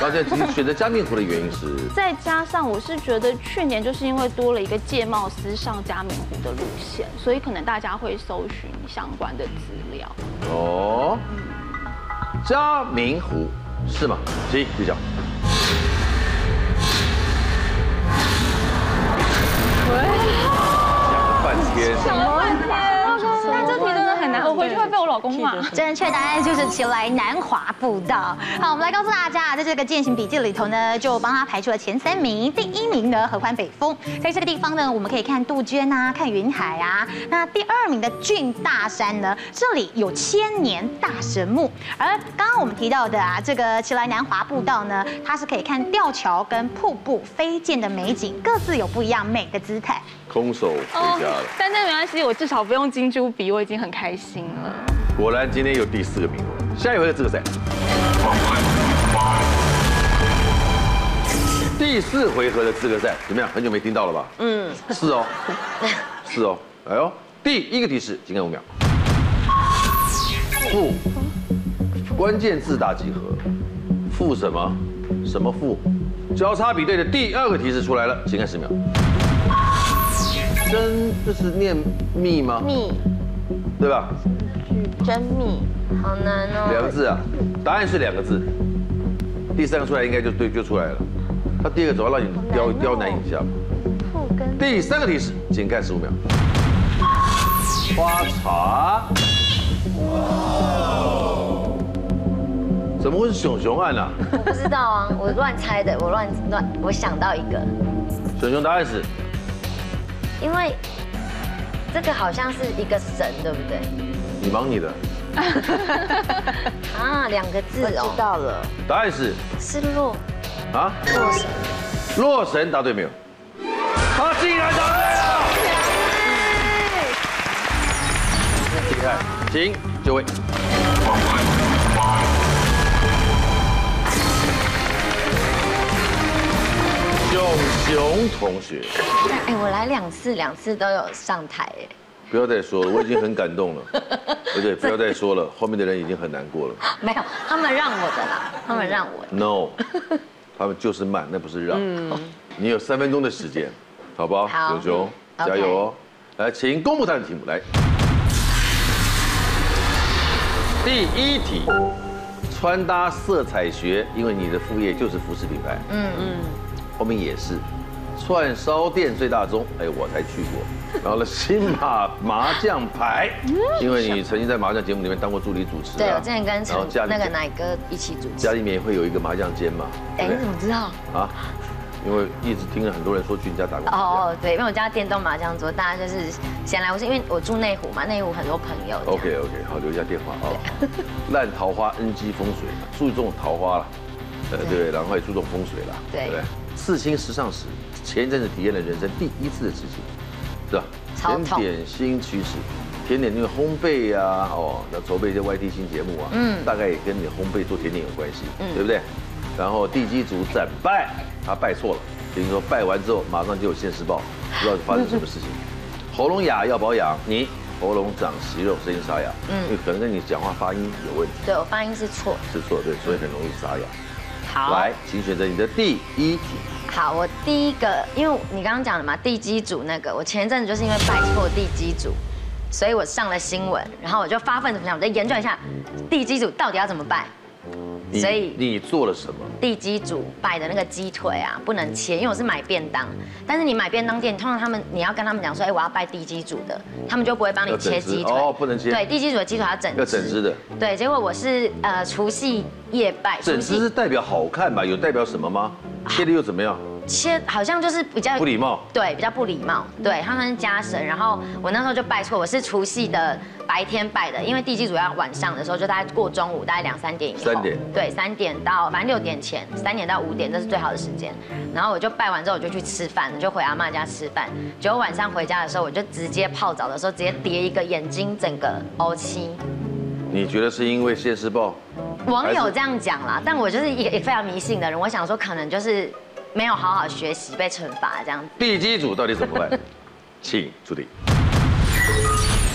A: 刚才你选择嘉明湖的原因是？
B: 再加上我是觉得去年就是因为多了一个界贸司上嘉明湖的路线，所以可能大家会搜寻相关的资 料。
A: 哦，嘉明湖是吗？行，举手。想了半天，
G: 但这题真的很难，我回去会被我老公骂。
F: 正确答案就是奇来南华步道。好，我们来告诉大家，在这个践行笔记里头呢，就帮他排除了前三名。第一名呢，合欢北峰，在这个地方呢，我们可以看杜鹃啊， 看云海啊。那第二名的郡大山呢，这里有千年大神木。而刚刚我们提到的啊，这个奇来南华步道呢，它是可以看吊桥跟瀑布飞溅的美景，各自有不一样美的姿态。
A: 空手回家
B: 哦
A: 了。
G: 但那没关系，我至少不用金珠笔，我已经很开心了。
A: 果然今天有第四个名额，下一回合这个赛。第四回合的资格赛怎么样？很久没听到了吧？嗯，是 哦，是哦。哎呦，第一个提示，请看五秒。复，关键字大集合，复什么？什么复？交叉比对的第二个提示出来了，请看十 秒。真就是念密吗？
D: 蜜，
A: 对吧？
C: 真蜜，
D: 好难
A: 两
D: 哦。
A: 个字啊，答案是两个字，第三个出来应该就对就出来了。他第二个总要让你刁刁难一下嘛。
D: 富跟
A: 第三个提示，请看十五秒。花茶，哦怎么会是熊熊案呢、啊？
D: 我不知道啊，我乱猜的，我乱乱，我想到一个，
A: 熊熊答案是
D: 因为这个好像是一个神，对不对？
A: 你忙你的，
D: 啊，两个字
C: 我知
D: 哦，
C: 道了，
A: 答案是
D: 是洛
A: 啊，
D: 洛神，
A: 洛神答对没有？他竟然答对了，厉害！请就位。熊熊同学，
D: 哎，我来两次，两次都有上台，哎，
A: 不要再说了，我已经很感动了。而且不要再说了，后面的人已经很难过了。
D: 啊没有，他们让我的啦，他们让我的。
A: No，他们就是慢，那不是让。你有三分钟的时间，好不好？
D: 嗯好
A: 九九，
D: 嗯
A: 加油哦！来，请公布他的题目。来，第一题，穿搭色彩学，因为你的副业就是服饰品牌，嗯嗯，后面也是。串烧店最大宗，哎，我才去过。然后呢，新马麻将牌，因为你曾经在麻将节目里面当过助理主持啊、
D: 嗯对，我之前跟
A: 然后家里
D: 陈那个奶哥一起主持
A: 家。里面会有一个麻将间嘛，对
D: 哎，
A: 不
D: 你
A: 对
D: 怎么知道？
A: 啊，因为一直听了很多人说去你家打过麻将。
D: 哦，对，因为我家电动麻将桌，大家就是闲来无事，因为我住内湖嘛，内湖很多朋友。
A: OK OK，好，留一下电话啊。烂桃花 NG 风水，注重桃花啦，呃对不对，然后也注重风水啦，
D: 对
A: 不对？刺青时尚史，前一阵子体验了人生第一次的刺青，是吧？
D: 超
A: 甜
D: 痛
A: 点新趋势，甜点那个烘焙啊，哦，要筹备一些 YT 新节目啊，嗯，大概也跟你的烘焙做甜点有关系，
D: 嗯
A: 对不对？然后地基组惨败，他拜错了，听说拜完之后马上就有现世报，不知道发生什么事情。喉咙哑要保养，你喉咙长息肉，声音沙哑，嗯，因为可能跟你讲话发音有问题，
D: 对我发音是错。
A: 是错对，所以很容易沙哑。
D: 好，
A: 来，请选择你的第一题，
D: 好，我第一个，因为你刚刚讲了嘛，地基组那个，我前一阵子就是因为拜错地基组，所以我上了新闻，然后我就发愤怎么样，我就研究一下地基组到底要怎么拜。
A: 你
D: 所以
A: 你做了什么？
D: 地基主摆的那个鸡腿啊，不能切，因为我是买便当。但是你买便当店，通常他们你要跟他们讲说，哎、我要拜地基主的，他们就不会帮你
A: 要整
D: 切
A: 只
D: 鸡腿
A: 哦不能切
D: 对，地基主的鸡腿要整
A: 要整只的。
D: 对，结果我是呃除夕夜拜，
A: 整
D: 除
A: 只
D: 夕
A: 是代表好看吧？有代表什么吗？
D: 啊
A: 切的又怎么样？
D: 切好像就是比较
A: 不礼貌。
D: 对，比较不礼貌。对，他们是家神，然后我那时候就拜错，我是除夕的白天拜的，因为地基主要晚上的时候，就大概过中午，大概两三点以后。
A: 三点
D: 对，三点到反正六点前，三点到五点这是最好的时间。然后我就拜完之后，我就去吃饭，我就回阿妈家吃饭。结果晚上回家的时候，我就直接泡澡的时候，直接叠一个眼睛整个凹青。
A: 你觉得是因为《现世报》
D: 网友这样讲啦，但我就是一个也非常迷信的人，我想说可能就是没有好好学习，被惩罚这样子。
A: 地基组到底怎么 办？请出题。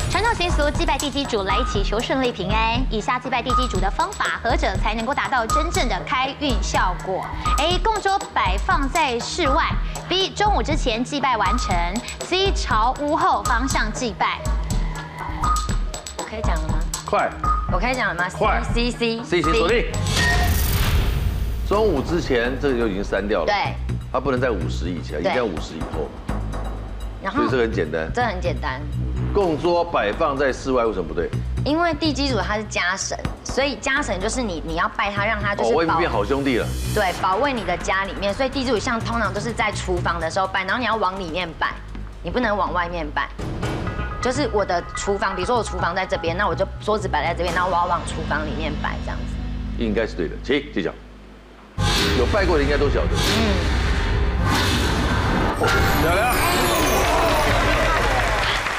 F: 传统习俗祭拜地基主来祈求顺利平安。以下祭拜地基主的方法，何者才能够达到真正的开运效果？A. 供桌摆放在室外；B. 中午之前祭拜完成；C. 朝屋后方向祭拜。
D: 我可以讲了吗？
A: 快
D: 我可以讲了吗？
A: 快
D: C C
A: ，C 请锁定。中午之前这个就已经删掉了，
D: 对，
A: 它不能在五十以前，一定
D: 对嗯
A: 要五十以后。
D: 然
A: 所
D: 后
A: 以这个很简单。
D: 这很简单，
A: 供桌摆放在室外为什么不对？
D: 因为地基主他是家神，所以家神就是你，你要拜他，让他就
A: 哦，我
D: 是
A: 已经变好兄弟了。
D: 对保卫你的家里面。所以地基主像通常都是在厨房的时候拜，然后你要往里面拜，你不能往外面拜。就是我的厨房，比如说我厨房在这边，那我就桌子摆在这边，那我要往厨房里面摆这样子。
A: 应该是对的。请揭晓。有拜过的应该都晓得。嗯。漂亮。
D: 哎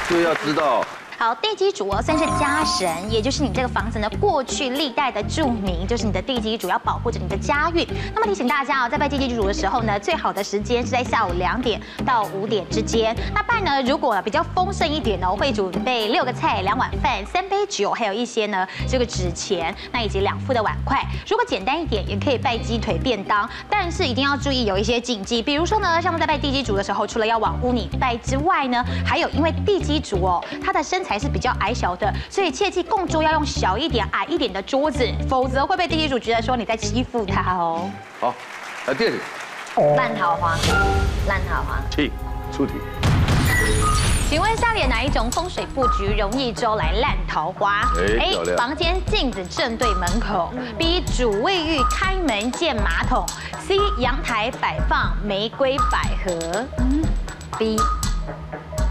A: 就要知道
F: 好，地基主哦，算是家神，也就是你这个房子呢过去历代的著名，就是你的地基主要保护着你的家运。那么提醒大家哦，在拜地基主的时候呢，最好的时间是在下午两点到五点之间。那拜呢，如果比较丰盛一点呢，我会准备六个菜、两碗饭、三杯酒，还有一些呢这个纸钱，那以及两副的碗筷。如果简单一点，也可以拜鸡腿便当，但是一定要注意有一些禁忌，比如说呢，像我们在拜地基主的时候，除了要往屋里拜之外呢，还有因为地基主哦，他的身材是比较矮小的，所以切记供桌要用小一点、矮一点的桌子，否则会被地基主觉得说你在欺负他哦。
A: 好。来，第二题，哦
D: 烂桃花，烂桃花，
A: 请出题。
F: 请问下列哪一种风水布局容易招来烂桃花
A: 哎漂亮
F: 房间镜子正对门口；B. 主卫浴开门见马桶；C. 阳台摆放玫瑰百合。
D: B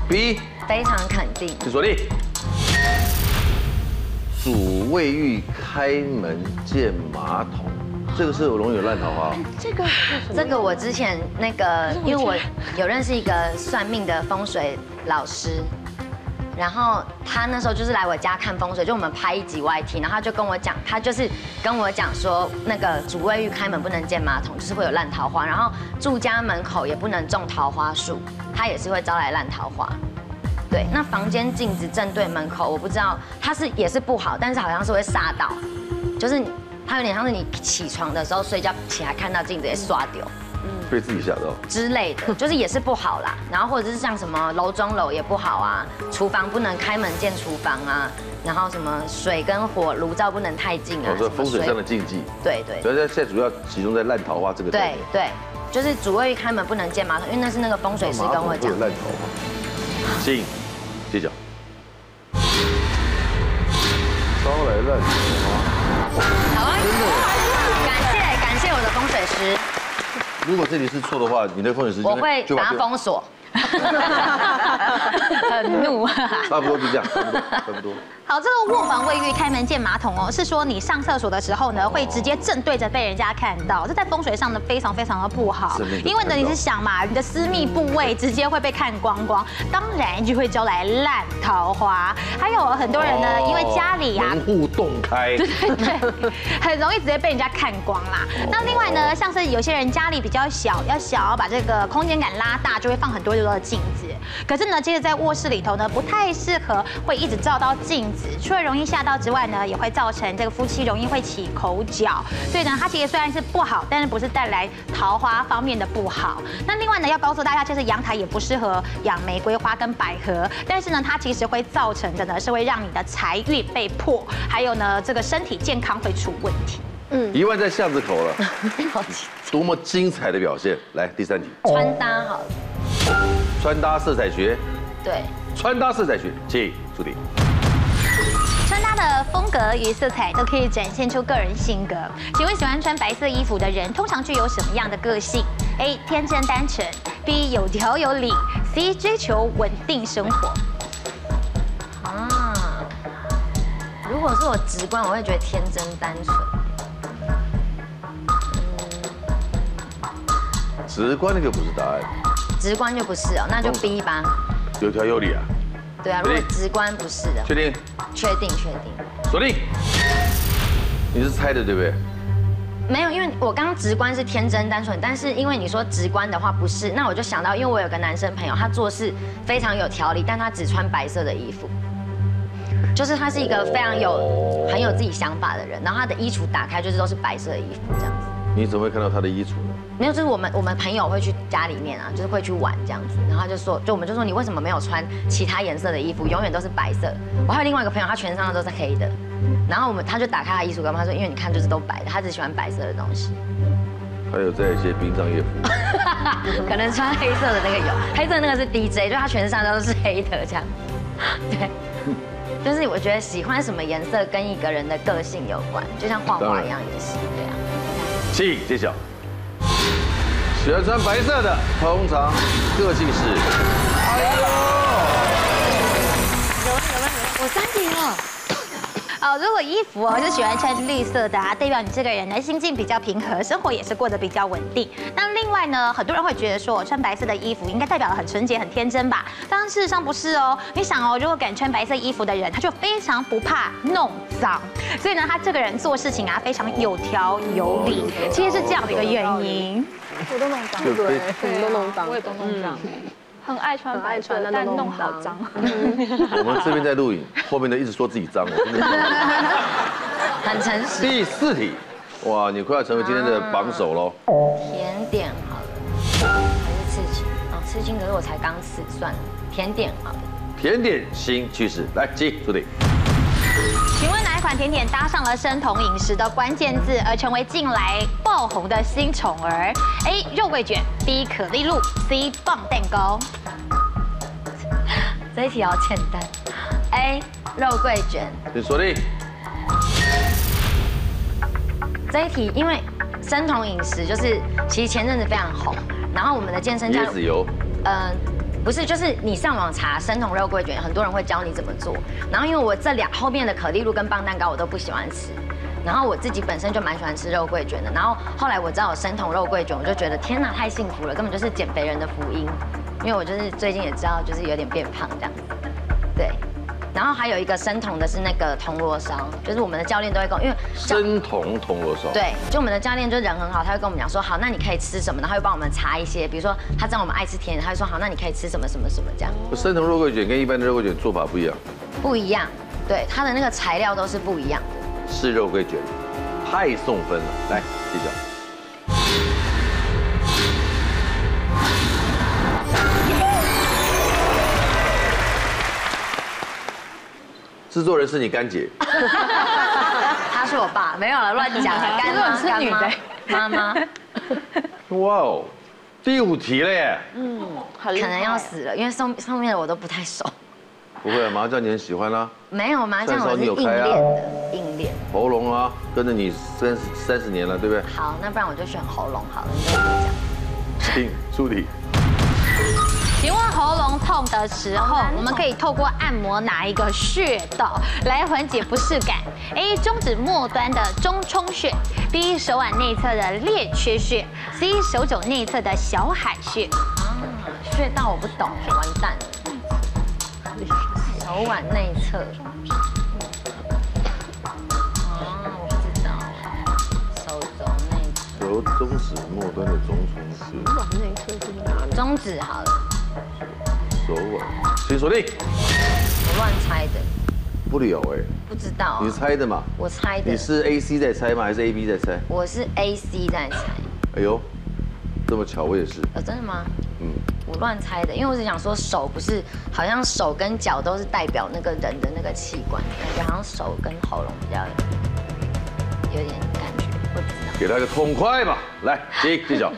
A: B
D: 非常肯定。
A: 请锁定。主卫浴开门见马桶，这个是有容易有烂桃花哦。
D: 这个我之前那个，因为我有认识一个算命的风水老师，然后他那时候就是来我家看风水，就我们拍一集 YT，然后他就跟我讲，他就是跟我讲说，那个主卫浴开门不能见马桶，就是会有烂桃花，然后住家门口也不能种桃花树，它也是会招来烂桃花。对，那房间镜子正对门口，我不知道它是也是不好，但是好像是会煞到，就是你它有点像是你起床的时候睡觉起来看到镜子也刷丢
A: 被自己哦吓到。
D: 之类的，就是也是不好啦。然后或者是像什么楼中楼也不好啊，厨房不能开门见厨房啊，然后什么水跟火炉灶不能太近啊
A: 我，说哦风水上的禁忌，
D: 对对
A: 所以现在主要集中在烂桃花这个概
D: 对
A: 念。
D: 对，就是主卫浴开门不能见马桶，因为那是那个风水师
A: 马
D: 跟
A: 桶
D: 我
A: 会
D: 讲
A: 有。烂桃花。请揭晓。招来烂桃花。
D: 好啊，感谢感谢我的风水师，
A: 如果这里是错的话，你的风水师就
D: 我会
A: 就
D: 把它
A: 变
D: 封锁。啊
F: 很怒、
A: 差不多就这样，差不多差不多。
F: 好，这个卧房卫浴开门见马桶哦，是说你上厕所的时候呢，会直接正对着被人家看到，这在风水上呢非常非常的不好
A: 是那个，
F: 因为呢你是想嘛，你的私密部位直接会被看光光，当然就会招来烂桃花。还有很多人呢，因为家里呀、
A: 门户洞开，
F: 对，很容易直接被人家看光啦。那另外呢，呃像是有些人家里比较小，要小把这个空间感拉大，就会放很多很多的镜子。可是呢，其实在卧室里头呢，不太适合会一直照到镜子，除了容易吓到之外呢，也会造成这个夫妻容易会起口角。所以呢，它其实虽然是不好，但是不是带来桃花方面的不好。那另外呢，要告诉大家，就是阳台也不适合养玫瑰花跟百合，但是呢，它其实会造成的呢，是会让你的财运被破，还有呢，这个身体健康会出问题。
A: 一万在巷子口了，多么精彩的表现！来第三题，
D: 穿搭好了，
A: 穿搭色彩学，
D: 对，
A: 穿搭色彩学，请出题。
F: 穿搭的风格与色彩都可以展现出个人性格。请问喜欢穿白色衣服的人，通常具有什么样的个性？A. 天真单纯；B. 有条有理；C. 追求稳定生活。
D: 啊，如果是我直观，我会觉得天真单纯。
A: 直观的就不是答案，
D: 直观就不是哦，那就 B 吧。
A: 有条有理啊，
D: 对啊，如果直观不是的，
A: 确定？
D: 确定确定。
A: 锁定。你是猜的对不对？
D: 没有，因为我刚刚直观是天真单纯，但是因为你说直观的话不是，那我就想到，因为我有个男生朋友，他做事非常有条理，但他只穿白色的衣服，就是他是一个非常有很有自己想法的人，然后他的衣橱打开就是都是白色的衣服这样子。
A: 你怎么会看到他的衣橱呢？
D: 没有，就是我们我们朋友会去家里面啊，就是会去玩这样子，然后就说，就我们就说你为什么没有穿其他颜色的衣服，永远都是白色。我还有另外一个朋友，他全身上都是黑的，然后我们他就打开他的艺术缸，他说因为你看就是都白的，他只喜欢白色的东西，
A: 还有在一些殡葬业服务，
D: 可能穿黑色的那个有，黑色的那个是 DJ，就他全身上下都是黑的这样， 对。就是我觉得喜欢什么颜色跟一个人的个性有关，就像画画一样也是对啊。
A: 请揭晓。喜欢穿白色的，通常个性是，
F: 我三题了。哦，如果衣服哦就喜欢穿绿色的啊，代表你这个人呢心境比较平和，生活也是过得比较稳定。那另外呢，很多人会觉得说，我穿白色的衣服应该代表得很纯洁、很天真吧？当然事实上不是哦。你想哦，如果敢穿白色衣服的人，他就非常不怕弄脏，所以呢，他这个人做事情啊非常有条有理，其实是这样的一个原因。
A: 就非
E: 你都弄脏
G: 我，也都弄脏哎，很爱穿白色
E: 很爱穿但
G: 但
E: 都弄
G: 弄好脏
E: 脏。
B: 嗯
A: 我们这边在录影，后面的一直说自己脏，我真的是。
D: 很诚实。
A: 第四题，哇，你快要成为今天的榜首喽！
D: 甜点好了，还是刺青？哦，刺青可是我才刚刺，算了。甜点好了，
A: 甜点新趋势，来，请注定。
F: 请问哪一款甜点搭上了生酮饮食的关键字，而成为近来爆红的新宠儿？A. 肉桂卷，B. 可丽露，C. 棒蛋糕。
D: 这一题好简单。A 哎肉桂卷，
A: 请锁定。
D: 这一题因为生酮饮食就是其实前阵子非常红，然后我们的健身教
A: 椰子
D: 练，
A: 油，
D: 呃，不是，就是你上网查生酮肉桂卷，很多人会教你怎么做。然后因为我这两后面的可丽露跟棒蛋糕我都不喜欢吃。然后我自己本身就蛮喜欢吃肉桂卷的，然后后来我知道有生酮肉桂卷，我就觉得天哪，太幸福了，根本就是减肥人的福音。因为我就是最近也知道，就是有点变胖这样子。对，然后还有一个生酮的是那个铜锣烧，就是我们的教练都会跟我，因为教
A: 生酮铜锣烧。，
D: 对，就我们的教练就人很好，他会跟我们讲说，好，那你可以吃什么，然后又帮我们查一些，比如说他知道我们爱吃甜的，他就说好，那你可以吃什么什么什么这样，
A: 生酮肉桂卷跟一般的肉桂卷做法不一样，
D: 不一样，对，它的那个材料都是不一样的。
A: 是肉桂卷，太送分了。来，揭晓。制作人是你干姐，
D: 他是我爸，没有了，乱 讲了，干妈
G: 是女的
D: 干妈，妈妈
A: 哇哦，第五题了耶！
C: 好厉
D: 可
C: 害
D: 能要死了，因为上上面的我都不太熟。
A: 不会，啊麻将你很喜欢啦、
D: 没有麻将，
A: 算
D: 我
A: 是
D: 是
A: 你有
D: 硬
A: 开啊
D: 练的，硬练。
A: 喉咙啊，跟着你三十三十年了，对不对？
D: 好，那不然我就选喉咙好了，你跟我讲。
A: 请助理。
F: 请问喉咙痛的时候，我们可以透过按摩哪一个穴道来缓解不适感？A. 中指末端的中冲穴，B. 手腕内侧的列缺穴，C. 手肘内侧的小海穴。
D: 啊，穴道我不懂，完蛋了。手腕内侧。啊，我不知道。欸手肘内侧，
A: 由中指末端的中冲穴，
D: 中指好了，
A: 手腕，请锁定。
D: 我乱猜的，
A: 不了哎、
D: 不知道啊、
A: 你猜的嘛？
D: 我猜的
A: 你。是 A C 在猜吗？还是 A B 在猜？
D: 我是 A C 在猜。
A: 哎呦，这么巧，我也是。
D: 呃，真的吗？
A: 嗯，
D: 我乱猜的，因为我只想说手不是，好像手跟脚都是代表那个人的那个器官，感觉好像手跟喉咙比较有有点感觉，我不知道。
A: 给他个痛快吧。来，请揭晓。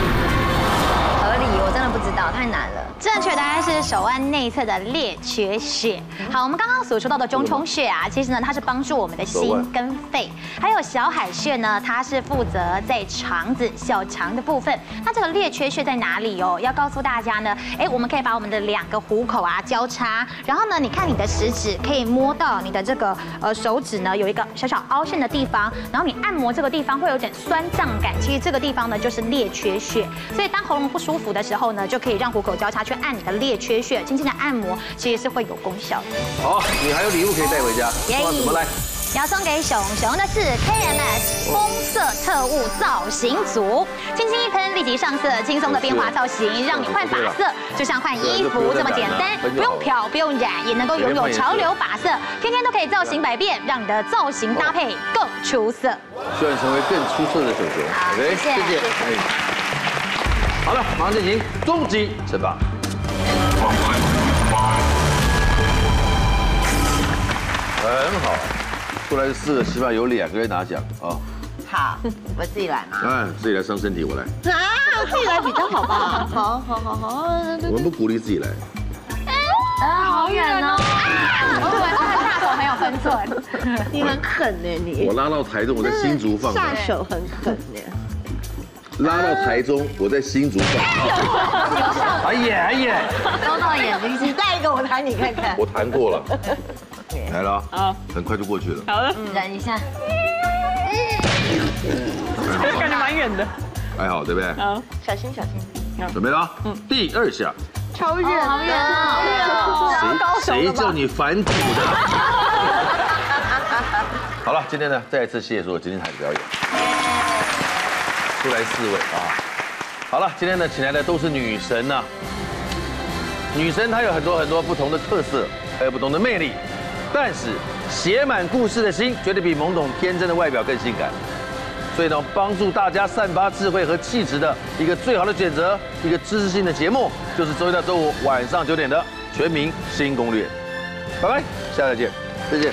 D: 合理，我真的不知道，太难了。
F: 正确答案是手腕内侧的列缺穴。好，我们刚刚所说到的中冲穴啊，其实呢，它是帮助我们的
A: 手
F: 心
A: 腕
F: 跟肺，还有小海穴呢，它是负责在肠子小肠的部分。那这个列缺穴在哪里哦？要告诉大家呢，哎，我们可以把我们的两个虎口啊交叉，然后呢，你看你的食指可以摸到你的这个呃手指呢有一个小小凹陷的地方，然后你按摩这个地方会有点酸胀感，其实这个地方呢就是列缺穴。所以当喉咙不舒服的时候呢，就可以让虎口交叉去按你的列缺穴，轻轻的按摩，其实是会有功效的。
A: 好，你还有礼物可以带回家。
F: 耶
A: 哇，怎么来？
F: 要送给熊熊的是 KMS 风色特务造型组，轻轻一喷立即上色，轻松的变化造型，让你换发色，就像换衣服这么简单，不用漂不用染，也能够拥有潮流发色，天天都可以造型百变，让你的造型搭配更出色。
A: 希望你成为更出色的熊熊。
F: 好
A: OK，
F: 谢谢
A: 哎好了，马上进行终极惩罚。哎很好。啊出来是四个，起码有两个人拿奖啊！
C: 好，我自己来嘛。
A: 哎，自己来伤身体，我来。
C: 啊，自己来比较好 吧？好好好好，
A: 我们不鼓励自己来。
D: 好远 哦，
F: 我果然是很大手，很有分寸。
C: 你很狠呢，你
A: 我。拉到台中，我在新竹放的
C: 下手很狠呢。
A: 拉到台中，我在新竹放的。哎呀哎呀，
D: 周到眼睛
C: 你带一个我弹你看看。
A: 我弹过了，来了啊，很快就过去了。
D: 忍一下，
A: 还好吧？感觉哎蛮远的。还好，对不对？好，小心小心。准备了，嗯，第二下，
C: 好远，好远，好远
A: 谁谁叫你反骨 的？好了，今天呢，再一次谢谢所有金金台的表演，出来四位啊。好了，今天呢，请来的都是女神呐、女神她有很多很多不同的特色，还有不同的魅力，但是写满故事的心，绝对比懵懂天真的外表更性感。所以呢，帮助大家散发智慧和气质的一个最好的选择，一个知识性的节目，就是周一到周五晚上九点的《全民新攻略》。拜拜，下次再见，再见。